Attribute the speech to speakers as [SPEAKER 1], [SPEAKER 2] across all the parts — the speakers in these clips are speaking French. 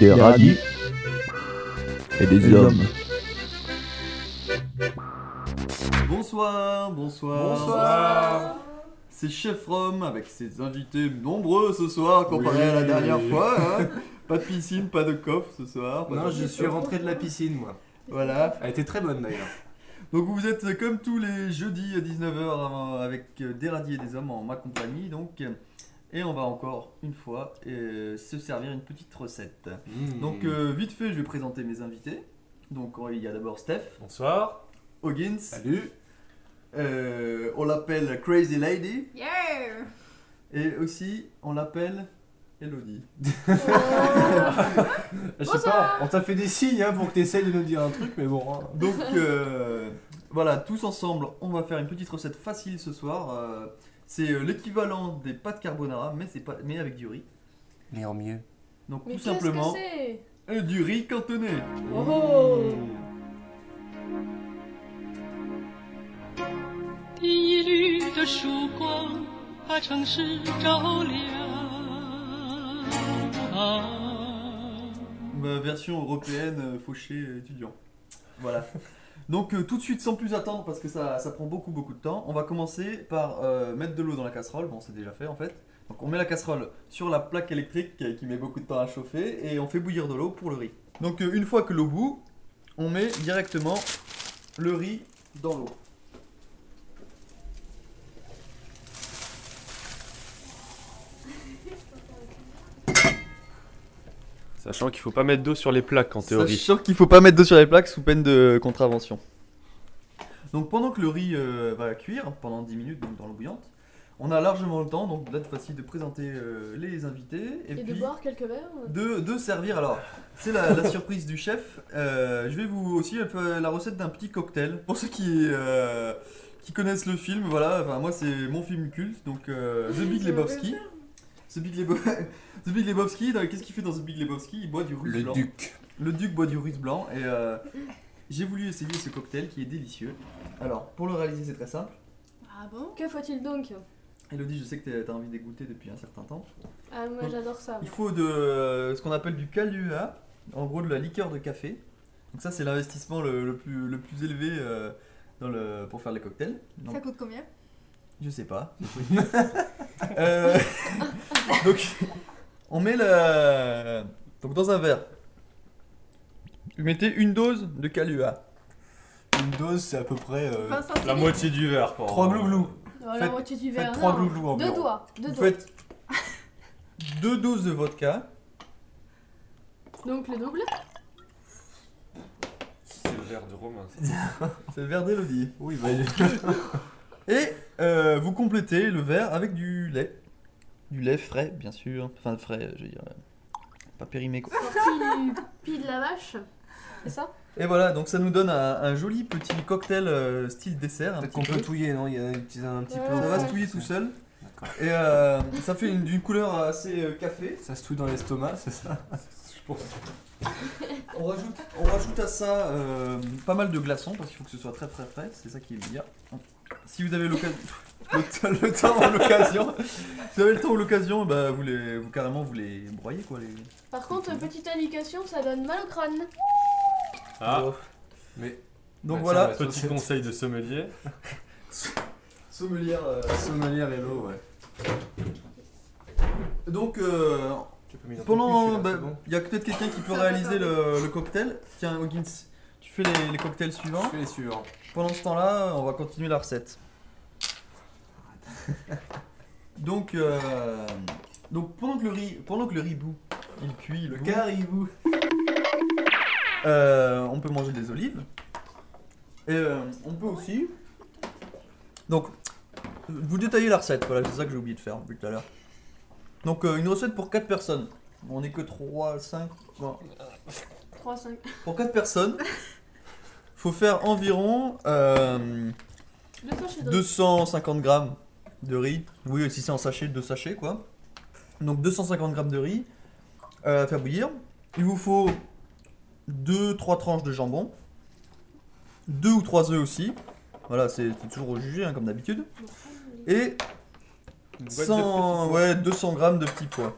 [SPEAKER 1] des radis et des
[SPEAKER 2] des
[SPEAKER 1] hommes.
[SPEAKER 3] Bonsoir, bonsoir. C'est Chef Rome avec ses invités nombreux ce soir comparé à la dernière fois. hein. Pas de piscine, pas de coffre ce soir. pas
[SPEAKER 4] Non,
[SPEAKER 3] de-
[SPEAKER 4] je suis rentré de la piscine, moi.
[SPEAKER 3] Voilà.
[SPEAKER 4] Elle était très bonne d'ailleurs.
[SPEAKER 3] Donc vous êtes euh, comme tous les jeudis à 19h avec euh, des radis et des hommes en ma compagnie. Donc, et on va encore une fois euh, se servir une petite recette.
[SPEAKER 4] Hmm.
[SPEAKER 3] Donc euh, vite fait, je vais présenter mes invités. Donc il y a d'abord Steph,
[SPEAKER 4] bonsoir.
[SPEAKER 3] Hoggins,
[SPEAKER 4] Salut.
[SPEAKER 3] euh, on l'appelle Crazy Lady
[SPEAKER 5] Yeah
[SPEAKER 3] et aussi on l'appelle Elodie.
[SPEAKER 4] Je sais pas, on t'a fait des signes hein, pour que t'essayes de nous dire un truc, mais bon. hein.
[SPEAKER 3] Donc euh, voilà, tous ensemble, on va faire une petite recette facile ce soir. Euh, c'est euh, l'équivalent des pâtes carbonara, mais, c'est pas, mais avec du riz.
[SPEAKER 4] Mais en mieux.
[SPEAKER 3] Donc
[SPEAKER 5] Mais
[SPEAKER 3] tout
[SPEAKER 5] qu'est-ce
[SPEAKER 3] simplement
[SPEAKER 5] que c'est
[SPEAKER 3] euh, du riz cantonné.
[SPEAKER 5] Oh
[SPEAKER 6] 第一缕的曙光把城市照亮。
[SPEAKER 3] Ma version européenne euh, fauchée euh, étudiant. Voilà. Donc euh, tout de suite, sans plus attendre, parce que ça, ça prend beaucoup beaucoup de temps, on va commencer par euh, mettre de l'eau dans la casserole. Bon, c'est déjà fait en fait. Donc on met la casserole sur la plaque électrique euh, qui met beaucoup de temps à chauffer et on fait bouillir de l'eau pour le riz. Donc euh, une fois que l'eau bout, on met directement le riz dans l'eau.
[SPEAKER 7] Sachant qu'il faut pas mettre d'eau sur les plaques en théorie.
[SPEAKER 3] Sachant qu'il faut pas mettre d'eau sur les plaques sous peine de contravention. Donc pendant que le riz euh, va cuire, pendant 10 minutes donc dans l'eau bouillante, on a largement le temps, donc là de facile de présenter euh, les invités et,
[SPEAKER 5] Et, de
[SPEAKER 3] puis
[SPEAKER 5] boire quelques verres euh.
[SPEAKER 3] de, de servir. Alors c'est la, la surprise du chef. Euh, je vais vous aussi faire la recette d'un petit cocktail pour ceux qui euh, qui connaissent le film. Voilà, enfin moi c'est mon film culte, donc euh, The Big
[SPEAKER 5] Ça va
[SPEAKER 3] Lebowski. The Big, Lebo- The Big Lebowski, dans- qu'est-ce qu'il fait dans The Big Lebowski Il boit du rouge blanc.
[SPEAKER 2] duc.
[SPEAKER 3] Le duc boit du russe blanc et euh, j'ai voulu essayer ce cocktail qui est délicieux. Alors, pour le réaliser, c'est très simple.
[SPEAKER 5] Ah bon Que faut-il donc
[SPEAKER 3] Elodie, je sais que t'as- t'as envie d'égoutter depuis un certain temps.
[SPEAKER 5] Ah, moi
[SPEAKER 3] Donc,
[SPEAKER 5] j'adore ça.
[SPEAKER 3] Il faut de euh, ce qu'on appelle du calua, en gros de la liqueur de café. Donc ça, c'est l'investissement le, le plus, le plus élevé euh, dans le, pour faire les cocktails. Donc,
[SPEAKER 8] Ça coûte combien
[SPEAKER 3] Je sais pas. Euh, donc, on met la. Donc, dans un verre, vous mettez une dose de Calua.
[SPEAKER 4] Une dose, c'est à peu près euh,
[SPEAKER 8] 20 centimes.
[SPEAKER 7] La moitié du verre, quoi.
[SPEAKER 4] trois glouglous.
[SPEAKER 5] Oh, la
[SPEAKER 4] faites-
[SPEAKER 5] moitié du
[SPEAKER 4] Faites
[SPEAKER 5] verre.
[SPEAKER 4] trois
[SPEAKER 5] non.
[SPEAKER 4] glouglous
[SPEAKER 5] Deux
[SPEAKER 4] environ.
[SPEAKER 5] doigts, deux
[SPEAKER 3] Vous
[SPEAKER 5] doigts.
[SPEAKER 3] faites deux doses de vodka.
[SPEAKER 5] Donc le double
[SPEAKER 7] C'est le verre de Romain.
[SPEAKER 3] C'est le verre d'Elodie.
[SPEAKER 4] Oui, bah, il-
[SPEAKER 3] Et euh, vous complétez le verre avec du lait. Du lait frais, bien sûr. Enfin, frais, je veux dire. euh, Pas périmé, quoi.
[SPEAKER 5] Sorti du pied de la vache. C'est ça
[SPEAKER 3] Et voilà, donc ça nous donne un, un joli petit cocktail euh, style dessert. un petit
[SPEAKER 4] peut-être qu'on peut
[SPEAKER 3] peu.
[SPEAKER 4] touiller, non Il y en a un petit, un petit peu.
[SPEAKER 5] Ouais.
[SPEAKER 3] Ça va se touiller tout seul. Et euh, ça fait une, d'une couleur assez euh, café.
[SPEAKER 4] Ça se touille dans l'estomac, c'est ça
[SPEAKER 3] On rajoute, on rajoute à ça euh, pas mal de glaçons parce qu'il faut que ce soit très très frais, c'est ça qui est bien. Si vous avez l'occasion, le, t- le temps ou l'occasion, si vous avez le temps ou l'occasion, bah, vous les, vous carrément vous les broyez quoi les.
[SPEAKER 5] Par contre, euh, petite indication, ça donne mal au crâne.
[SPEAKER 7] Ah,
[SPEAKER 4] Mais
[SPEAKER 3] Donc
[SPEAKER 4] Bah,
[SPEAKER 3] voilà,
[SPEAKER 4] tiens,
[SPEAKER 7] petit conseil de sommelier.
[SPEAKER 3] sommelière. euh,
[SPEAKER 4] sommelière et l'eau, ouais.
[SPEAKER 3] donc euh, pendant, bah, il y a peut-être quelqu'un qui peut
[SPEAKER 8] Ça va
[SPEAKER 3] réaliser le, le cocktail. Tiens, Hoggins, tu fais les, les cocktails
[SPEAKER 4] Je
[SPEAKER 3] suivants.
[SPEAKER 4] fais les suivants.
[SPEAKER 3] Pendant ce temps-là, on va continuer la recette. Donc, euh, donc pendant que le riz, pendant que le riz bout, il cuit le caribou. Euh, on peut manger des olives. Et euh, on peut aussi. Donc, vous détaillez la recette. Voilà, c'est ça que j'ai oublié de faire depuis tout à l'heure. Donc, euh, une recette pour 4 personnes. On est que 3, 5,
[SPEAKER 5] 3, 5.
[SPEAKER 3] pour 4 personnes, faut faire environ euh,
[SPEAKER 5] 200 chez
[SPEAKER 3] 250 grammes de riz. Oui, si c'est en sachet, deux sachets quoi. Donc 250 grammes de riz euh, à faire bouillir. Il vous faut 2-3 tranches de jambon, 2 ou 3 œufs aussi. Voilà, c'est c'est toujours au jugé hein, comme d'habitude. Et
[SPEAKER 7] Une boîte de
[SPEAKER 3] 100,
[SPEAKER 7] petits
[SPEAKER 3] ouais, 200 grammes de petits pois.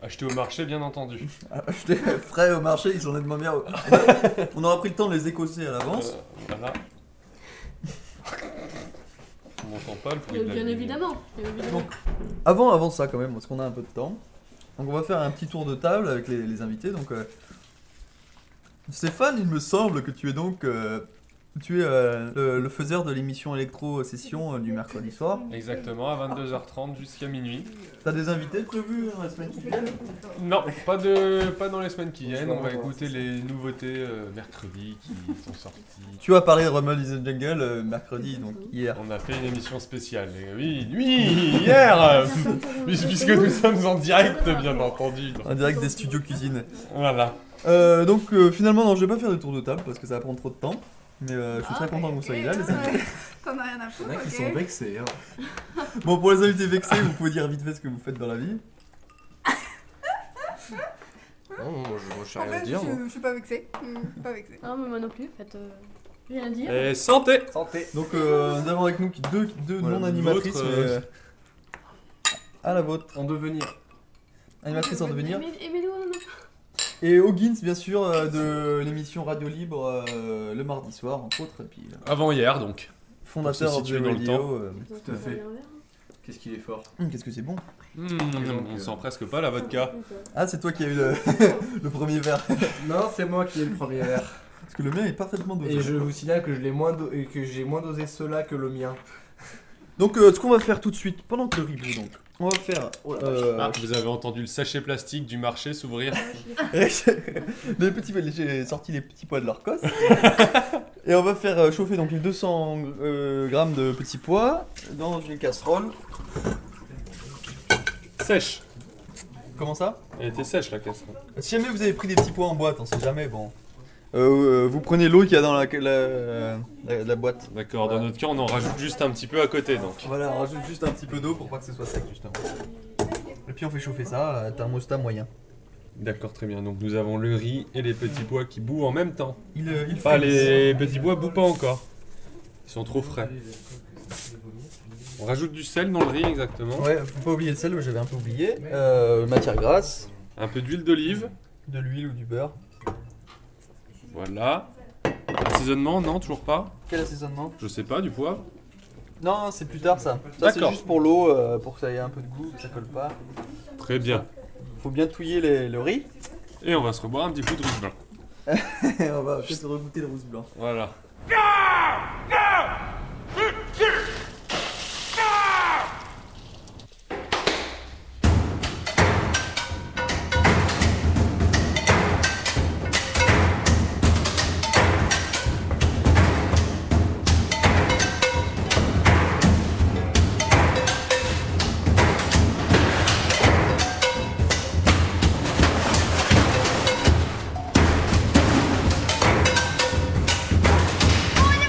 [SPEAKER 7] Acheté Ah, au marché, bien entendu. Euh,
[SPEAKER 3] Acheté frais au marché, ils sont nettement bien. au- On aura pris le temps de les écosser à l'avance.
[SPEAKER 7] Euh, voilà. On n'entend pas le bruit
[SPEAKER 5] Euh,
[SPEAKER 7] de la
[SPEAKER 5] Bien
[SPEAKER 7] lumière.
[SPEAKER 5] évidemment. bien évidemment.
[SPEAKER 3] Avant, avant ça quand même, parce qu'on a un peu de temps. Donc on va faire un petit tour de table avec les, les invités. Donc euh, Stéphane, il me semble que tu es donc euh, tu es euh, le, le faiseur de l'émission électro session euh, du mercredi soir.
[SPEAKER 7] Exactement, à 22h30 jusqu'à minuit.
[SPEAKER 3] T'as des invités prévus euh, la semaine qui vient
[SPEAKER 7] Non, pas, de, pas dans les semaines qui viennent. On va
[SPEAKER 4] Bonsoir.
[SPEAKER 7] écouter les nouveautés euh, mercredi qui sont sorties.
[SPEAKER 3] Tu as parlé de Rumble is the Jungle euh, mercredi, donc hier.
[SPEAKER 7] On a fait une émission spéciale. et oui, oui, hier euh, puis- Puisque nous sommes en direct, bien entendu.
[SPEAKER 3] En direct des studios cuisine.
[SPEAKER 7] Voilà.
[SPEAKER 3] Euh, donc euh, finalement, non, je vais pas faire de tour de table parce que ça va prendre trop de temps. Mais euh, je suis très
[SPEAKER 5] bah,
[SPEAKER 3] content que vous soyez là, les amis.
[SPEAKER 2] T'en as rien à
[SPEAKER 4] Il
[SPEAKER 2] foutre,
[SPEAKER 4] y en a qui sont
[SPEAKER 2] ok
[SPEAKER 4] vexés. Hein.
[SPEAKER 3] Bon, pour les invités vexés, vous pouvez dire vite fait ce que vous faites dans la vie.
[SPEAKER 4] Non, moi, je moi, je sais
[SPEAKER 2] En
[SPEAKER 4] rien
[SPEAKER 2] fait,
[SPEAKER 4] dire.
[SPEAKER 2] je, je suis pas vexée. Hmm, je suis pas vexée.
[SPEAKER 5] Ah, mais moi non plus, en fait. euh, Rien à
[SPEAKER 4] Eh,
[SPEAKER 5] dire.
[SPEAKER 7] Et santé
[SPEAKER 4] Santé.
[SPEAKER 3] Donc, euh, nous avons avec nous qui- deux, deux
[SPEAKER 7] Voilà,
[SPEAKER 3] non-animatrices,
[SPEAKER 7] vôtre,
[SPEAKER 3] mais.
[SPEAKER 7] euh,
[SPEAKER 3] euh, à la vôtre.
[SPEAKER 4] En devenir.
[SPEAKER 3] Animatrice en devenir.
[SPEAKER 5] Aimez- aimez-nous, hein, non
[SPEAKER 3] Et Hoggins, bien sûr, euh, de l'émission Radio Libre euh, le mardi soir, entre autres. Et puis, euh,
[SPEAKER 7] Avant hier, donc.
[SPEAKER 3] fondateur
[SPEAKER 7] Pour se
[SPEAKER 3] of the
[SPEAKER 7] situer dans le
[SPEAKER 3] Radio,
[SPEAKER 7] temps.
[SPEAKER 3] euh,
[SPEAKER 4] Tout à fait. Qu'est-ce qu'il est fort.
[SPEAKER 3] hum, Qu'est-ce que c'est bon
[SPEAKER 7] Hmm,
[SPEAKER 4] donc,
[SPEAKER 7] on
[SPEAKER 4] euh,
[SPEAKER 7] sent presque pas la vodka.
[SPEAKER 3] Ah, c'est toi qui as eu le, le premier verre.
[SPEAKER 4] Non, c'est moi qui ai le premier verre.
[SPEAKER 3] Parce que le mien est parfaitement dosé.
[SPEAKER 4] Et je vous signale que je l'ai moins do- et que j'ai moins dosé cela que le mien.
[SPEAKER 3] Donc, euh, ce qu'on va faire tout de suite, pendant que le ribou, donc, on va faire. euh,
[SPEAKER 7] Ah, vous avez entendu le sachet plastique du marché s'ouvrir.
[SPEAKER 3] les petits, j'ai sorti les petits pois de leur cosse. et on va faire euh, chauffer donc les 200 euh, grammes de petits pois dans une casserole.
[SPEAKER 7] Sèche.
[SPEAKER 3] Comment ça
[SPEAKER 7] Elle était sèche la casserole.
[SPEAKER 3] Si jamais vous avez pris des petits pois en boîte, on sait jamais, bon. Euh, euh, vous prenez l'eau qu'il y a dans la, la- la- la boîte.
[SPEAKER 7] D'accord, dans notre cas, on en rajoute juste un petit peu à côté donc.
[SPEAKER 3] Voilà, on rajoute juste un petit peu d'eau pour pas que ce soit sec justement. Et puis on fait chauffer ça à thermostat moyen.
[SPEAKER 7] D'accord, très bien. Donc nous avons le riz et les petits pois qui bouent en même temps.
[SPEAKER 3] Il, euh, il
[SPEAKER 7] Pas
[SPEAKER 3] fait-
[SPEAKER 7] les petits bois bouent pas encore. Ils sont trop frais. On rajoute du sel dans le riz exactement.
[SPEAKER 3] Ouais, faut pas oublier le sel, j'avais un peu oublié. Euh, matière grasse,
[SPEAKER 7] Un peu d'huile d'olive.
[SPEAKER 3] de l'huile ou du beurre.
[SPEAKER 7] Voilà. Assaisonnement, non, toujours pas.
[SPEAKER 3] Quel assaisonnement
[SPEAKER 7] Je sais pas, du poivre.
[SPEAKER 3] Non, c'est plus tard ça. Ça c'est
[SPEAKER 7] D'accord.
[SPEAKER 3] juste pour l'eau, euh, pour que ça ait un peu de goût, que ça colle pas.
[SPEAKER 7] Très bien.
[SPEAKER 3] Faut bien touiller les- le riz.
[SPEAKER 7] Et on va se reboire un petit coup de riz blanc.
[SPEAKER 3] on va peut-être rebouter le rousse blanc.
[SPEAKER 7] Voilà.
[SPEAKER 2] Oye,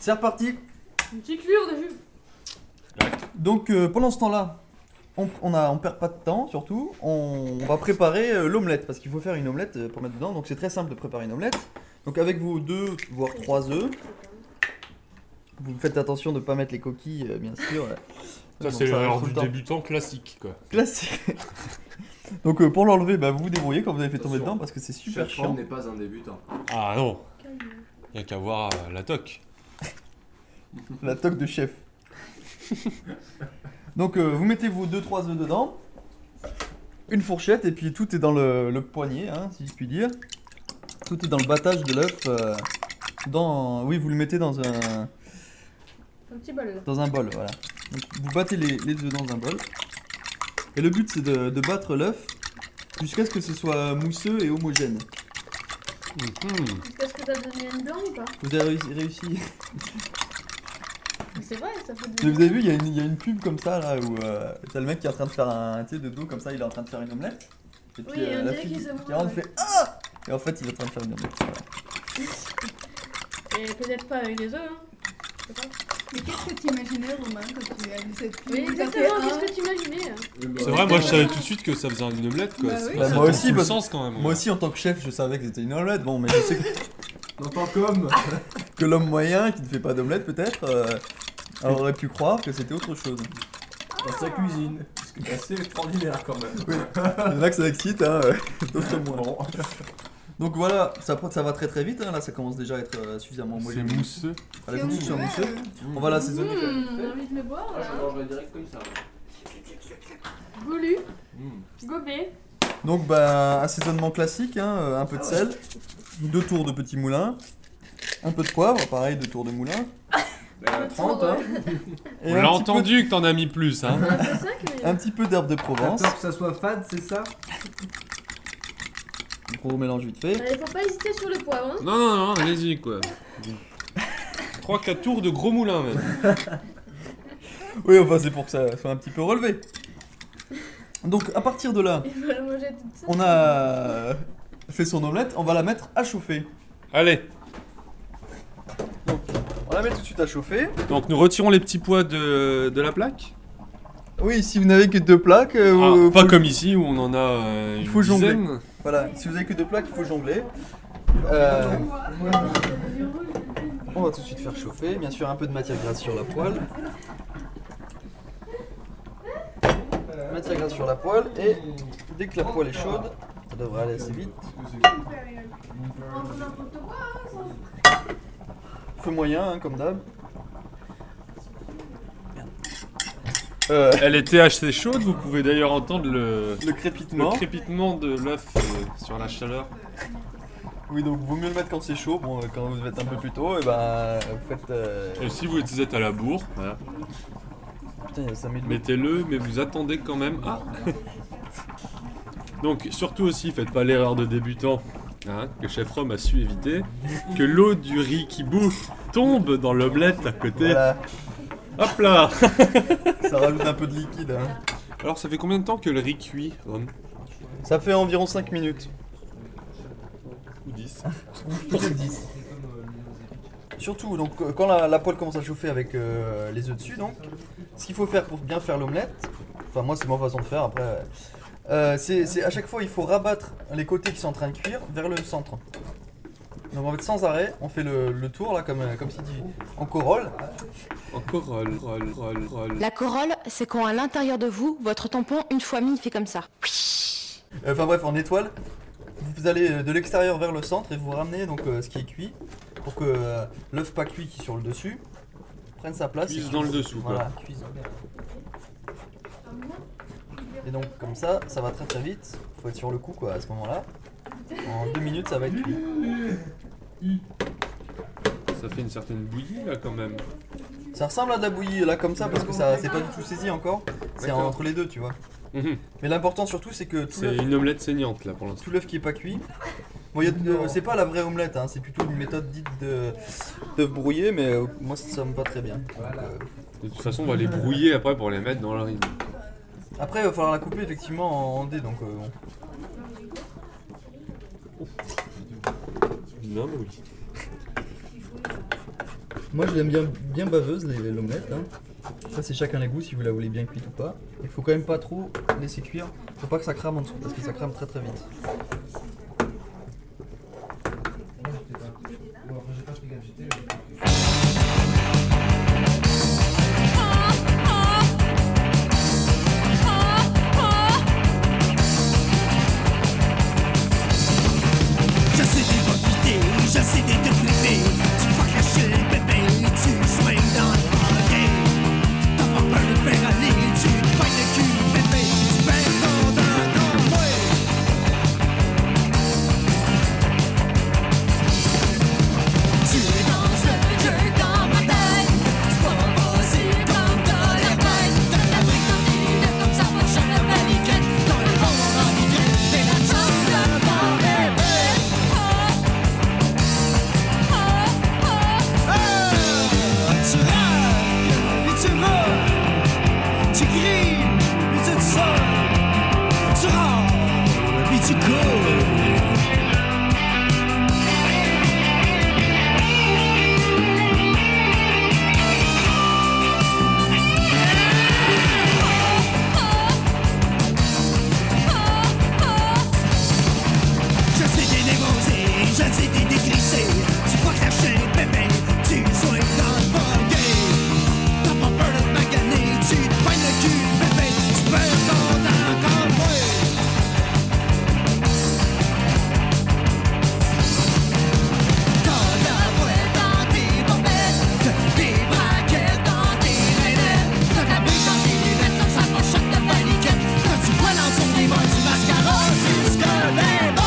[SPEAKER 3] C'est reparti.
[SPEAKER 5] Une petite cuillère de jus.
[SPEAKER 3] Donc euh, pendant ce temps-là, on, on, a- on perd pas de temps surtout. On, on va préparer euh, l'omelette parce qu'il faut faire une omelette euh, pour mettre dedans. Donc c'est très simple de préparer une omelette. Donc avec vos deux voire trois œufs, vous faites attention de ne pas mettre les coquilles euh, bien sûr.
[SPEAKER 7] Ça,
[SPEAKER 3] Bon,
[SPEAKER 7] c'est
[SPEAKER 3] arrive
[SPEAKER 7] l'erreur
[SPEAKER 3] tout
[SPEAKER 7] du
[SPEAKER 3] le temps.
[SPEAKER 7] débutant classique, quoi.
[SPEAKER 3] Classique. Donc euh, pour l'enlever, bah, vous vous débrouillez quand vous avez fait tomber
[SPEAKER 4] Attention.
[SPEAKER 3] dedans parce que c'est super
[SPEAKER 4] Chaque
[SPEAKER 3] chiant.
[SPEAKER 4] forme n'est pas un débutant.
[SPEAKER 7] Ah non Y'a qu'à voir euh, la toque.
[SPEAKER 3] La toque de chef. Donc euh, vous mettez vos 2-3 œufs dedans, une fourchette et puis tout est dans le, le poignet, hein, si je puis dire. Tout est dans le battage de l'œuf. euh, dans, oui, vous le mettez dans un,
[SPEAKER 5] Un petit bol.
[SPEAKER 3] dans un bol, voilà. Donc, vous battez les, les œufs dans un bol. Et le but c'est de, de battre l'œuf jusqu'à ce que ce soit mousseux et homogène.
[SPEAKER 7] Mhm.
[SPEAKER 5] Est-ce que t'as donné une dent ou pas
[SPEAKER 3] Vous avez réussi- réussi.
[SPEAKER 5] Mais C'est vrai, ça fait
[SPEAKER 3] Vous
[SPEAKER 5] du
[SPEAKER 3] avez vu, il y, a une- il y a une pub comme ça là où euh, t'as le mec qui est en train de faire un tu sais, de dos comme ça, il est en train de faire une omelette. Et puis euh,
[SPEAKER 5] Oui, on
[SPEAKER 3] la
[SPEAKER 5] dirait
[SPEAKER 3] fille
[SPEAKER 5] qu'il
[SPEAKER 3] qui,
[SPEAKER 5] se
[SPEAKER 3] qui
[SPEAKER 5] branle,
[SPEAKER 3] rentre
[SPEAKER 5] ouais.
[SPEAKER 3] fait Ah Et en fait, il est en train de faire une omelette. voilà.
[SPEAKER 5] Et peut-être pas avec des œufs, hein. Je sais pas.
[SPEAKER 2] Mais qu'est-ce que t'imaginais, Romain, quand tu as vu cette pub
[SPEAKER 5] Oui,
[SPEAKER 2] T'as
[SPEAKER 5] exactement,
[SPEAKER 2] fait un-
[SPEAKER 5] qu'est-ce que hein. t'imaginais
[SPEAKER 7] C'est vrai, moi je savais tout de suite que ça faisait une omelette, quoi.
[SPEAKER 2] Bah
[SPEAKER 7] C'est-
[SPEAKER 2] oui.
[SPEAKER 3] Bah,
[SPEAKER 7] ça
[SPEAKER 3] moi
[SPEAKER 7] tombe
[SPEAKER 3] aussi,
[SPEAKER 7] sous le
[SPEAKER 3] parce-
[SPEAKER 7] sens quand même.
[SPEAKER 3] Moi
[SPEAKER 7] ouais.
[SPEAKER 3] aussi, en tant que chef, je savais que c'était une omelette. Bon, mais je sais que,
[SPEAKER 4] En tant qu'homme,
[SPEAKER 3] que l'homme moyen qui ne fait pas d'omelette, peut-être, euh, aurait pu croire que c'était autre chose.
[SPEAKER 4] dans sa cuisine. Parce que c'est assez extraordinaire quand même.
[SPEAKER 3] Il y en a que ça excite, hein, euh, d'autres moins. Donc voilà, ça, pro- ça va très très vite. hein, Là, ça commence déjà à être euh, suffisamment
[SPEAKER 7] C'est
[SPEAKER 3] homogène.
[SPEAKER 7] mousseux.
[SPEAKER 3] Voilà,
[SPEAKER 2] C'est
[SPEAKER 3] comme tu dis,
[SPEAKER 2] homme,
[SPEAKER 3] mousseux.
[SPEAKER 2] ouais,
[SPEAKER 3] On va l'assaisonner.
[SPEAKER 5] Hum, j'ai envie de le boire là.
[SPEAKER 4] mangerai direct comme ça.
[SPEAKER 5] Golu,
[SPEAKER 4] Hmm.
[SPEAKER 5] gobé.
[SPEAKER 3] Donc bah assaisonnement classique, hein, euh, un peu de sel, deux tours de petit moulin, un peu de poivre, pareil deux tours de moulin.
[SPEAKER 4] Bah,
[SPEAKER 5] Un
[SPEAKER 4] 30
[SPEAKER 5] tour,
[SPEAKER 4] hein.
[SPEAKER 3] Et
[SPEAKER 7] On
[SPEAKER 3] un
[SPEAKER 7] l'a
[SPEAKER 3] petit peu-
[SPEAKER 7] entendu que t'en as mis plus, hein.
[SPEAKER 5] Un peu sec, mais.
[SPEAKER 3] Un petit peu d'herbe de
[SPEAKER 4] T'as
[SPEAKER 3] Provence.
[SPEAKER 4] peur que ça soit fade, c'est ça
[SPEAKER 3] Donc on mélange vite fait.
[SPEAKER 5] Allez, faut pas hésiter sur le poivre, hein.
[SPEAKER 7] Non, non, non, allez-y, quoi. 3-4 tours de gros moulin, même.
[SPEAKER 3] Oui enfin c'est pour que ça soit un petit peu relevé. Donc à partir de là,
[SPEAKER 5] Il faut la manger toute seule.
[SPEAKER 3] on a fait son omelette, on va la mettre à chauffer.
[SPEAKER 7] Allez,
[SPEAKER 3] On la met tout de suite à chauffer.
[SPEAKER 7] donc nous retirons les petits pois de, de la plaque.
[SPEAKER 3] Oui si vous n'avez que deux plaques, euh,
[SPEAKER 7] Ah,
[SPEAKER 3] vous-
[SPEAKER 7] pas
[SPEAKER 3] faut-
[SPEAKER 7] comme ici où on en a euh,
[SPEAKER 3] Faut
[SPEAKER 7] une
[SPEAKER 3] jongler.
[SPEAKER 7] dizaine.
[SPEAKER 3] voilà si vous avez que deux plaques il faut jongler. Euh, On va tout de suite faire chauffer, bien sûr un peu de matière grasse sur la poêle. Matière grasse sur la poêle et dès que la poêle est chaude, ça devrait aller assez vite. Feu moyen hein, comme d'hab. Euh,
[SPEAKER 7] Elle était assez chaude, vous pouvez d'ailleurs entendre le,
[SPEAKER 3] le
[SPEAKER 7] le
[SPEAKER 3] crépitement.
[SPEAKER 7] crépitement de l'œuf euh, sur la chaleur.
[SPEAKER 3] Oui donc vaut mieux le mettre quand c'est chaud. Bon euh, quand vous êtes un peu plus tôt et ben vous faites. euh,
[SPEAKER 7] Et si vous êtes à la bourre, voilà,
[SPEAKER 3] Putain ça met de
[SPEAKER 7] mettez-le, mais vous attendez quand même. Ah Donc surtout aussi, faites pas l'erreur de débutant, hein, que Chef Rome a su éviter, que l'eau du riz qui bouffe tombe dans l'omelette à côté.
[SPEAKER 3] Voilà,
[SPEAKER 7] Hop là
[SPEAKER 3] ça rajoute un peu de liquide. hein.
[SPEAKER 7] Alors ça fait combien de temps que le riz cuit, Rome
[SPEAKER 3] Ça fait environ 5 minutes.
[SPEAKER 7] Ou 10
[SPEAKER 3] Surtout, donc euh, quand la, la poêle commence à chauffer avec euh, les œufs dessus, donc ce qu'il faut faire pour bien faire l'omelette, enfin moi c'est ma façon de faire après, euh, euh, c'est c'est à chaque fois il faut rabattre les côtés qui sont en train de cuire vers le centre. Donc en fait sans arrêt, on fait le, le tour là comme euh, comme si dit en corolle.
[SPEAKER 7] Encore roll, roll, roll, roll.
[SPEAKER 8] La corolle, c'est quand à l'intérieur de vous, votre tampon, une fois mis, fait comme ça.
[SPEAKER 3] Euh, Enfin bref en étoile, vous allez euh, de l'extérieur vers le centre et vous ramenez donc euh, ce qui est cuit pour que euh, l'œuf pas cuit qui est sur le dessus prenne sa place. et
[SPEAKER 7] Cuise
[SPEAKER 3] qu'il-
[SPEAKER 7] dans le dessous, quoi.
[SPEAKER 3] Voilà, cuise. Et donc comme ça, ça va très très vite. Faut être sur le coup quoi à ce moment-là. En deux minutes, ça va être cuit.
[SPEAKER 7] Ça fait une certaine bouillie là quand même.
[SPEAKER 3] Ça ressemble à de la bouillie là comme ça parce que ça c'est pas du tout saisi encore. C'est
[SPEAKER 7] D'accord.
[SPEAKER 3] entre les deux, tu vois.
[SPEAKER 7] Mhm.
[SPEAKER 3] Mais l'important surtout c'est que tout
[SPEAKER 7] C'est
[SPEAKER 3] l'œuf-
[SPEAKER 7] une omelette saignante là pour l'instant.
[SPEAKER 3] tout l'œuf qui est pas cuit. Bon, y a- euh, c'est pas la vraie omelette, hein, c'est plutôt une méthode dite de d'œuf brouillé, mais euh, moi ça, ça me va très bien. Euh,
[SPEAKER 7] De toute façon, on va les brouiller après pour les mettre dans le riz.
[SPEAKER 3] après, il va falloir la couper effectivement en, en dés, donc euh, bon.
[SPEAKER 7] Non, mais oui.
[SPEAKER 3] Moi, je l'aime bien, bien baveuse, les- l'omelette. Hein. Après, c'est chacun les goûts, si vous la voulez bien cuite ou pas. Il faut quand même pas trop laisser cuire. Faut pas que ça crame en dessous, parce que ça crame très très vite.
[SPEAKER 9] Je sais des refutés, je sais des défrités. Tu vas cacher bébé, tu swings dans le holiday. T'as pas peur de faire aller, tu te pognes le cul, bébé. Tu perds ton temps dans moi. Tu danses le jeu dans ma tête. C'est pas possible comme dans la tête. T'as la brique dans tes lunettes, comme ça marche à la maniquette. Dans le monde en migraine, t'es la chance de mon bébé. Tu râles, et tu râles, tu cries, et tu te sors, tu râles, et tu cours. Je suis des névrosés, je suis des dégrissés. Tu vois cracher, bébé, tu sois dans le bordel. T'as pas peur de te maganer, tu te peignes le cul, bébé, tu perds ton temps comme moi. Dans la boîte, dans tes bombettes, des braquettes dans tes lunettes. Dans ta brique, dans tes lunettes, comme ça pochette de paniquette. Quand tu vois l'ensemble des mains du mascara jusqu'à des bords.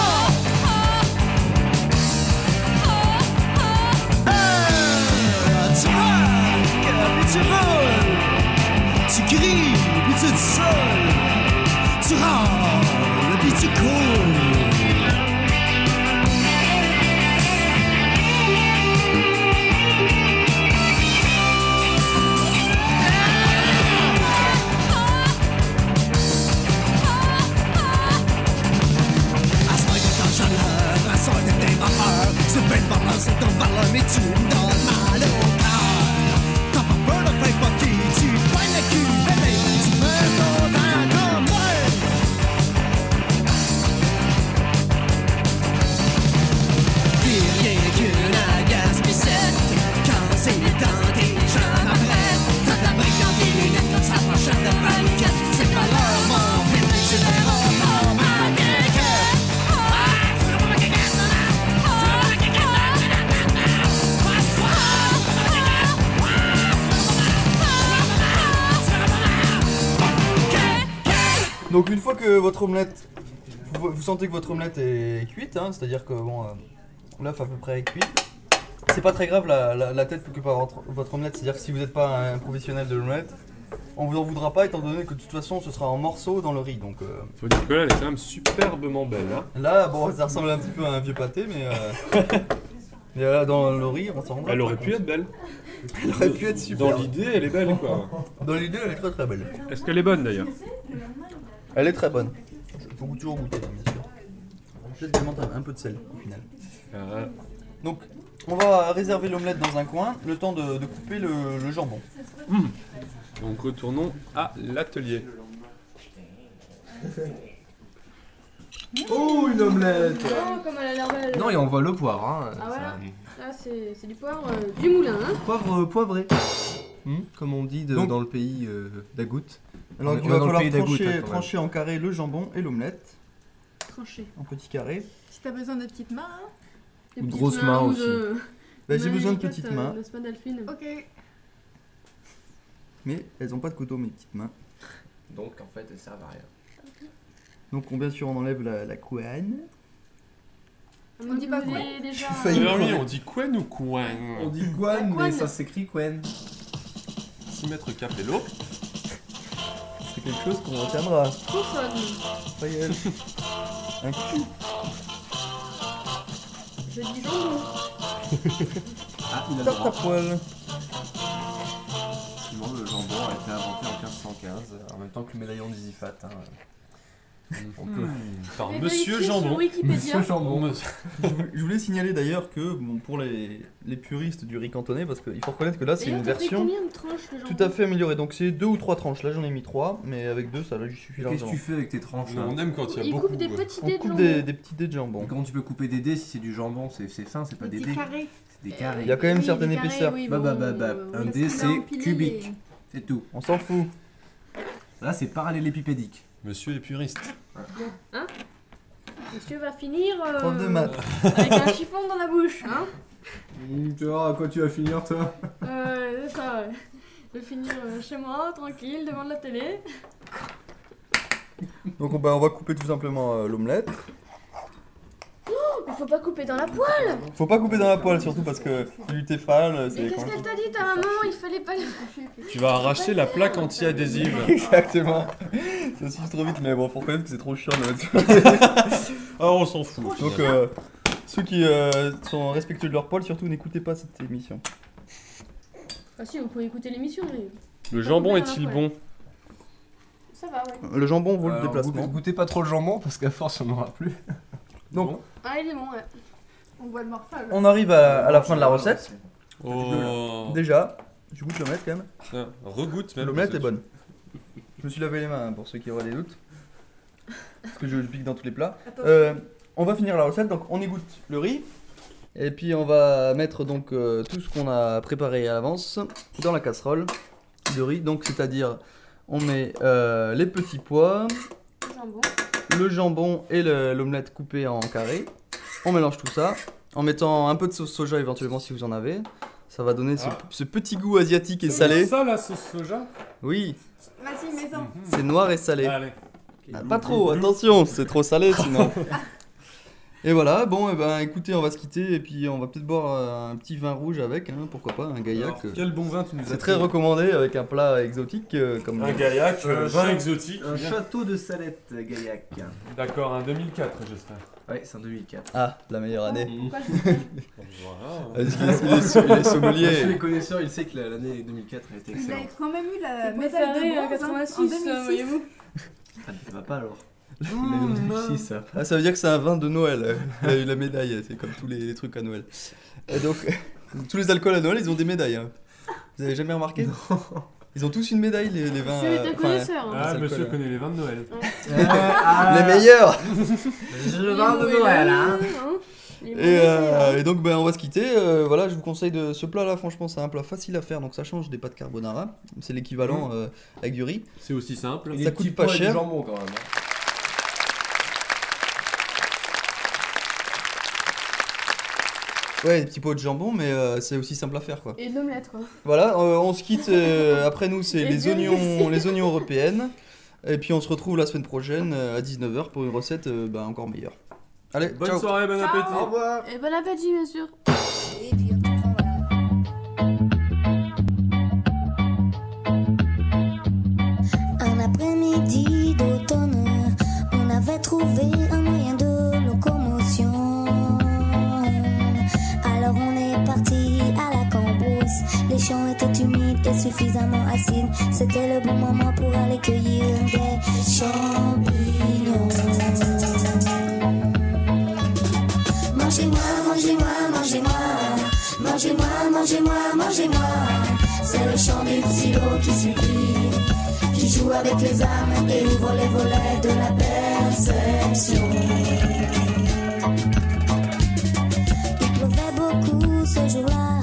[SPEAKER 9] Tu raques, puis tu roules. Tu cries, puis tu te saules. Tu râles, puis tu cours. À ce moment en chaleur, à ce moment des vapeurs C'est pas une valeur, c'est ton valeur, mais tu me donnes mal au cœur T'as pas peur de faire poquer, tu peignes le cul, bébé Tu me donnes un comme moi Pis rien qu'une agace piscette Quand c'est dans tes jambes après T'as de la brique dans tes lunettes comme ça prochaine de paniquette C'est pas leur mon bébé, tu verras mon maquette
[SPEAKER 3] Donc une fois que votre omelette, vous, vous sentez que votre omelette est cuite, hein, c'est-à-dire que bon, euh, l'œuf à peu près est cuit. C'est pas très grave la, la- la tête que par votre, votre omelette, c'est-à-dire que si vous n'êtes pas un professionnel de l'omelette, on vous en voudra pas étant donné que de toute façon ce sera en morceaux dans le riz. Donc euh,
[SPEAKER 7] Faut dire que là, elle est quand même superbement belle. Hein.
[SPEAKER 3] là, bon, ça ressemble un petit peu à un vieux pâté, mais, euh, mais là, dans le riz, on s'en rendra.
[SPEAKER 7] Elle
[SPEAKER 3] pas
[SPEAKER 7] aurait pu
[SPEAKER 3] compte.
[SPEAKER 7] être belle.
[SPEAKER 3] Elle aurait pu être
[SPEAKER 7] Dans
[SPEAKER 3] super.
[SPEAKER 7] l'idée, elle est belle quoi.
[SPEAKER 3] Dans l'idée, elle est très très belle.
[SPEAKER 7] Est-ce qu'elle est bonne d'ailleurs
[SPEAKER 3] Elle est très bonne. Il faut toujours goûter, bien sûr. Peut-être qu'il manque un un peu de sel au final.
[SPEAKER 7] Ah,
[SPEAKER 3] Donc, on va réserver l'omelette dans un coin, le temps de, de couper le, le jambon.
[SPEAKER 7] Donc retournons à l'atelier.
[SPEAKER 4] Oh, une omelette
[SPEAKER 5] Oh, comme elle a l'air belle.
[SPEAKER 4] Non, et on voit le poivre. Hein.
[SPEAKER 5] Ah, voilà. Là, c'est c'est du poivre, euh, du moulin, hein.
[SPEAKER 4] Poivre euh, poivré. Hmm, Comme on dit de-
[SPEAKER 3] Donc-
[SPEAKER 4] dans le pays euh, d'Agout.
[SPEAKER 3] Alors,
[SPEAKER 4] On est-
[SPEAKER 3] il
[SPEAKER 4] on est
[SPEAKER 3] va
[SPEAKER 4] dans le
[SPEAKER 3] falloir
[SPEAKER 4] pays de la goutte, là, quand
[SPEAKER 3] trancher,
[SPEAKER 4] même.
[SPEAKER 3] trancher en carré le jambon et l'omelette,
[SPEAKER 5] Tranché.
[SPEAKER 3] en petits carrés.
[SPEAKER 10] Si t'as besoin de petites mains, hein.
[SPEAKER 5] Des
[SPEAKER 4] Ou de
[SPEAKER 5] petites
[SPEAKER 4] grosses
[SPEAKER 5] mains
[SPEAKER 4] mains
[SPEAKER 5] ou de-
[SPEAKER 3] Là, j'ai
[SPEAKER 5] mains
[SPEAKER 3] besoin de
[SPEAKER 5] délicates,
[SPEAKER 3] petites
[SPEAKER 5] euh,
[SPEAKER 3] mains,
[SPEAKER 5] de semaine alpine.
[SPEAKER 10] ok.
[SPEAKER 3] mais elles n'ont pas de couteau, mes petites mains.
[SPEAKER 4] Donc en fait, elles servent à rien.
[SPEAKER 3] Donc, on, bien sûr, on enlève la, la couenne.
[SPEAKER 5] On dit pas quoi déjà.
[SPEAKER 3] failli
[SPEAKER 5] euh,
[SPEAKER 3] me
[SPEAKER 7] Alors oui,
[SPEAKER 3] croire.
[SPEAKER 7] on dit quoi nous coin
[SPEAKER 4] On dit guan,
[SPEAKER 5] Guan.
[SPEAKER 4] mais ça s'écrit quen.
[SPEAKER 7] 6 mètres capello.
[SPEAKER 3] C'est quelque chose qu'on retiendra.
[SPEAKER 5] consonne.
[SPEAKER 3] Ta gueule. un cul.
[SPEAKER 5] Je dis jambon.
[SPEAKER 4] Ah, il a le
[SPEAKER 3] Tarte à
[SPEAKER 4] droit.
[SPEAKER 3] poil.
[SPEAKER 4] Effectivement, le jambon a été inventé en 1515, en même temps que le médaillon d'Isiphate. hein.
[SPEAKER 7] Donc, euh, par
[SPEAKER 5] Mais
[SPEAKER 7] Monsieur
[SPEAKER 5] vérifiez sur
[SPEAKER 7] Jambon.
[SPEAKER 5] Wikipédia.
[SPEAKER 3] Je vou- Je voulais signaler d'ailleurs que bon, pour les, les puristes du riz cantonais, parce qu'il faut reconnaître que là c'est
[SPEAKER 5] D'ailleurs,
[SPEAKER 3] une
[SPEAKER 5] t'as pris
[SPEAKER 3] version
[SPEAKER 5] combien de tranches le jambon
[SPEAKER 3] tout à fait améliorée. Donc c'est deux ou trois tranches. Là j'en ai mis trois, mais avec deux ça là j'y suffit
[SPEAKER 4] Qu'est-ce que
[SPEAKER 3] largement.
[SPEAKER 4] tu fais avec tes tranches là
[SPEAKER 7] on aime quand il y a
[SPEAKER 5] Il
[SPEAKER 7] beaucoup.
[SPEAKER 5] coupe des
[SPEAKER 7] ouais.
[SPEAKER 5] petits
[SPEAKER 3] On
[SPEAKER 5] dés de
[SPEAKER 3] coupe
[SPEAKER 5] jambon.
[SPEAKER 3] des, des petits dés de
[SPEAKER 4] Mais
[SPEAKER 3] jambon.
[SPEAKER 4] Comment tu peux couper des dés si c'est du jambon C'est c'est fin, c'est pas des dés.
[SPEAKER 5] carrés.
[SPEAKER 4] C'est des
[SPEAKER 3] Il y a
[SPEAKER 4] carrés.
[SPEAKER 3] quand même
[SPEAKER 5] Euh, Oui,
[SPEAKER 3] certaines
[SPEAKER 5] des carrés,
[SPEAKER 3] épaisseurs.
[SPEAKER 5] oui,
[SPEAKER 4] Bah,
[SPEAKER 5] bon,
[SPEAKER 4] bah, bah, bah,
[SPEAKER 5] euh,
[SPEAKER 4] un
[SPEAKER 5] oui,
[SPEAKER 4] dé,
[SPEAKER 5] parce que
[SPEAKER 4] c'est
[SPEAKER 5] là, empilé,
[SPEAKER 4] cubique.
[SPEAKER 5] les-
[SPEAKER 4] C'est tout.
[SPEAKER 3] On s'en fout.
[SPEAKER 4] Là, c'est parallélépipédique.
[SPEAKER 7] Monsieur est puriste.
[SPEAKER 5] Monsieur va finir euh,
[SPEAKER 3] Prof de maths.
[SPEAKER 5] avec un chiffon dans la bouche, hein
[SPEAKER 4] tu vois à quoi tu vas finir, toi
[SPEAKER 5] Euh, ça, ouais. Je vais finir euh, chez moi, tranquille, devant la télé.
[SPEAKER 3] Donc on, bah, on va couper tout simplement euh, l'omelette.
[SPEAKER 5] Mais faut pas couper dans la poêle
[SPEAKER 3] Faut pas couper dans la poêle surtout parce que l'utéfale euh,
[SPEAKER 5] Mais
[SPEAKER 3] c'est.
[SPEAKER 5] qu'est-ce qu'elle t'a dit, ta maman Il fallait pas... le-
[SPEAKER 7] Tu vas arracher la plaque anti-adhésive.
[SPEAKER 3] Exactement. Ça suffit trop vite, mais bon, faut reconnaître que c'est trop chiant de mettre ça.
[SPEAKER 7] Ah, on s'en fout.
[SPEAKER 3] Donc euh, ceux qui euh, sont respectueux de leur poil, surtout n'écoutez pas cette émission.
[SPEAKER 5] Ah si, on peut écouter l'émission, mais...
[SPEAKER 7] Le jambon est-il bon
[SPEAKER 5] Ça va, ouais.
[SPEAKER 3] Le jambon vaut le déplacement.
[SPEAKER 4] Euh, Goûtez pas trop le jambon parce qu'à force, on n'aura plus.
[SPEAKER 3] Donc
[SPEAKER 5] Ah, il est bon, ouais.
[SPEAKER 8] On voit le morphage.
[SPEAKER 3] on arrive à, à la fin de la recette.
[SPEAKER 7] Oh.
[SPEAKER 3] Déjà, je goûte l'omelette quand même.
[SPEAKER 7] Putain, Regoute même.
[SPEAKER 3] L'omelette est bonne. Je me suis lavé les mains hein, pour ceux qui auraient des doutes. Parce que je le pique dans tous les plats. Euh, on va finir la recette, donc on égoutte le riz. Et puis on va mettre donc euh, tout ce qu'on a préparé à l'avance dans la casserole de riz. Donc c'est-à-dire on met euh, les petits pois,
[SPEAKER 5] Le Jambon.
[SPEAKER 3] le jambon et le- l'omelette coupée en carré. On mélange tout ça en mettant un peu de sauce soja éventuellement si vous en avez. Ça va donner ce,
[SPEAKER 7] Ah.
[SPEAKER 3] ce petit goût asiatique et salé.
[SPEAKER 7] ça la sauce soja Mhm.
[SPEAKER 3] Oui,
[SPEAKER 8] Vas-y, mets-en.
[SPEAKER 3] c'est noir et salé.
[SPEAKER 7] Allez.
[SPEAKER 3] Ah, pas trop, attention, c'est trop salé sinon. et voilà, bon, eh ben, écoutez, on va se quitter et puis on va peut-être boire euh, un petit vin rouge avec, hein, pourquoi pas, un gaillac. euh.
[SPEAKER 4] quel bon vin tu nous
[SPEAKER 3] C'est très recommandé avec un plat exotique euh, comme.
[SPEAKER 7] Un gaillac,
[SPEAKER 4] Euh,
[SPEAKER 7] vin
[SPEAKER 4] chat-
[SPEAKER 7] exotique.
[SPEAKER 4] Un château de salette, Gaillac.
[SPEAKER 7] D'accord, un 2004, j'espère.
[SPEAKER 4] Ouais, c'est un 2004.
[SPEAKER 3] Ah, la meilleure
[SPEAKER 7] Mmh.
[SPEAKER 3] année.
[SPEAKER 4] Mmh.
[SPEAKER 5] Pourquoi
[SPEAKER 7] Voilà.
[SPEAKER 5] je-
[SPEAKER 3] Parce qu'il est, il est- il est
[SPEAKER 4] Monsieur
[SPEAKER 3] sommelier.
[SPEAKER 4] les connaisseurs, ils savent que la- l'année 2004 elle était
[SPEAKER 8] Il a
[SPEAKER 4] excellente.
[SPEAKER 8] quand même eu la
[SPEAKER 5] Vous
[SPEAKER 8] médaille
[SPEAKER 5] préférez,
[SPEAKER 8] de
[SPEAKER 5] euh,
[SPEAKER 8] bronze
[SPEAKER 5] 86,
[SPEAKER 8] hein, en 2006.
[SPEAKER 5] euh, voyez-vous.
[SPEAKER 4] Ah, ça va pas alors. ça.
[SPEAKER 3] Ah, ça veut dire que c'est un vin de Noël. euh. Il a eu la médaille, c'est comme tous les, les trucs à Noël. Et donc, tous les alcools à Noël, ils ont des médailles. hein. Vous avez jamais remarqué Ils ont tous une médaille, les, les vins.
[SPEAKER 5] Celui
[SPEAKER 3] euh,
[SPEAKER 5] d'un
[SPEAKER 3] enfin,
[SPEAKER 5] connaisseur. hein.
[SPEAKER 7] Ah,
[SPEAKER 3] C'est
[SPEAKER 7] monsieur
[SPEAKER 3] alcool,
[SPEAKER 7] connaît les vins de Noël.
[SPEAKER 3] les meilleurs
[SPEAKER 4] Euh, ah, Je
[SPEAKER 5] Il
[SPEAKER 4] vins
[SPEAKER 5] est
[SPEAKER 4] de
[SPEAKER 5] moelleux,
[SPEAKER 4] Noël, hein.
[SPEAKER 5] hein. Il est
[SPEAKER 3] Et,
[SPEAKER 5] moelleux,
[SPEAKER 3] euh,
[SPEAKER 5] hein.
[SPEAKER 3] et donc ben, on va se quitter. Euh, voilà, je vous conseille de ce plat-là. Franchement, c'est un plat facile à faire, donc ça change des pâtes carbonara. C'est l'équivalent euh, avec du riz.
[SPEAKER 7] C'est aussi simple.
[SPEAKER 3] Ça coûte pas cher.
[SPEAKER 4] jambon quand même. hein.
[SPEAKER 3] Ouais, des petits pots de jambon, mais euh, c'est aussi simple à faire, quoi.
[SPEAKER 5] Et de l'omelette, quoi.
[SPEAKER 3] Voilà, euh, on se quitte. euh, après nous, c'est
[SPEAKER 5] Et
[SPEAKER 3] les
[SPEAKER 5] Dieu
[SPEAKER 3] oignons, les oignons européennes. Et puis on se retrouve la semaine prochaine euh, à 19h pour une recette euh, ben, encore meilleure. Allez,
[SPEAKER 7] Bonne
[SPEAKER 3] ciao.
[SPEAKER 7] soirée, bon appétit.
[SPEAKER 4] Au revoir.
[SPEAKER 5] Et bon appétit, bien sûr.
[SPEAKER 11] Un après-midi d'automne, on avait trouvé un moyen de locomotion. Alors on est parti à la cambrousse. Les champs étaient humides et suffisamment acides. C'était le bon moment pour aller cueillir des champignons. Mangez-moi, mangez-moi, mangez-moi. Mangez-moi, mangez-moi, mangez-moi. C'est le chant du silo qui supplie qui joue avec les âmes et ouvre les volets de la perception. Il pleuvait beaucoup ce jour-là.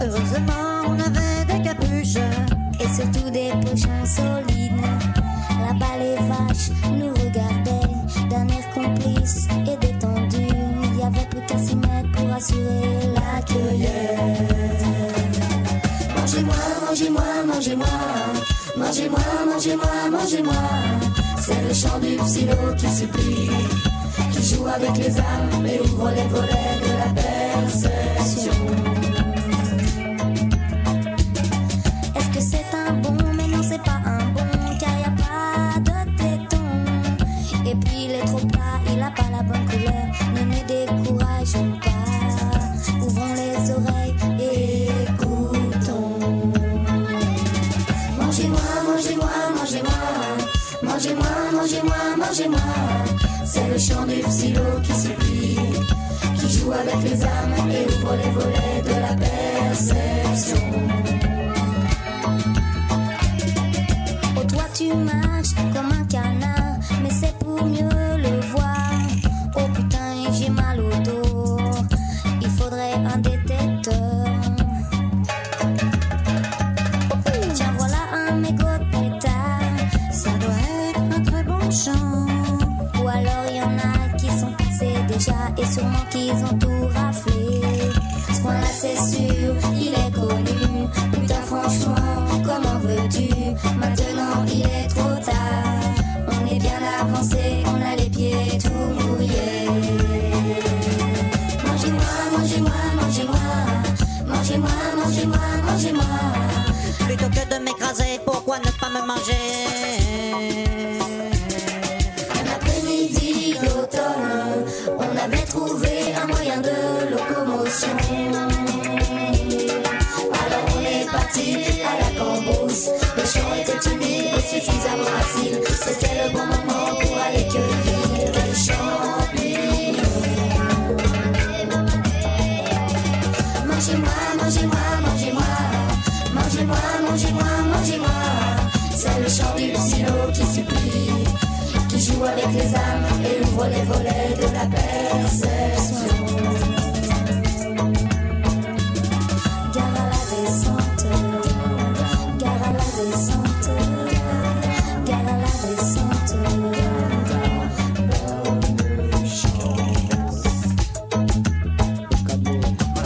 [SPEAKER 11] Heureusement, on avait des capuches et surtout des pochins solides. Là-bas, les vaches nous regardaient d'un air complice et détendu. Il n'y avait plus qu'à s'y mettre pour assurer la cueillette. Mangez-moi, mangez-moi, mangez-moi. Mangez-moi, mangez-moi, mangez-moi. C'est le chant du psylo qui supplie, qui joue avec les âmes et ouvre les volets de la perception. Est-ce que c'est un bon Mais non, c'est pas un bon, car y a pas de téton. Et puis il est trop plat, il a pas la bonne couleur. Ne nous décourageons pas. Ouvrons les oreilles et écoutons. Mangez-moi, mangez-moi, mangez-moi. Mangez-moi, mangez-moi, mangez-moi, mangez-moi. C'est le chant du psylo qui supplie, qui joue avec les âmes et ouvre les volets de la perception.
[SPEAKER 12] Oh, toi tu marches comme un canard, mais c'est pour mieux le voir. Oh putain, j'ai mal au dos, il faudrait un détecteur. Tiens, voilà un mégot de pétard, ça doit être un très bon chant. Ou alors il y en a qui sont passés déjà, et sûrement qu'ils ont tout raflé.
[SPEAKER 11] Ce point-là, c'est sûr, il est connu. Putain, franchement, comment veux-tu Maintenant, il est trop tard. On est bien avancé, on a les pieds tout mouillés. Mangez-moi, mangez-moi, mangez-moi. Mangez-moi, mangez-moi, mangez-moi.
[SPEAKER 13] Plutôt que de m'écraser, pourquoi ne pas me manger
[SPEAKER 11] Un après-midi d'automne, on avait trouvé un moyen de locomotion. Alors on est parti à la cambrousse. Les champs étaient humides, et suffisamment acides. C'était le bon moment pour aller cueillir les champignons. Mangez-moi, mangez-moi, mangez-moi. Mangez-moi, mangez-moi, mangez-moi. C'est le chant du silo qui supplie qui joue avec les âmes et ouvre les volets de la perception. Gare à la descente, gare à la descente, gare à la descente.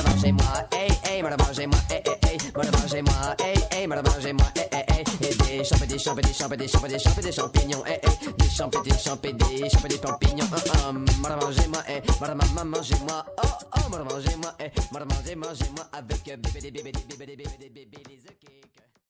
[SPEAKER 9] Mangez-moi, hey, hey, madame, mangez-moi, hey, hey, hey, madame, mangez-moi, hey, hey, madame, mangez-moi, hey, hey, hey, et des champignons, des champignons, des champignons, des champignons, des champignons, hey, hey, des champignons, des champignons, des champignons, des champignons, hum, hum, madame, mangez-moi, hey, madame, maman, mangez-moi, oh, oh, madame, mangez-moi, hey, madame, mangez, mangez-moi, avec euh, bébé, des bébés, des bébés, des bébés, des bébés, des œufs qui-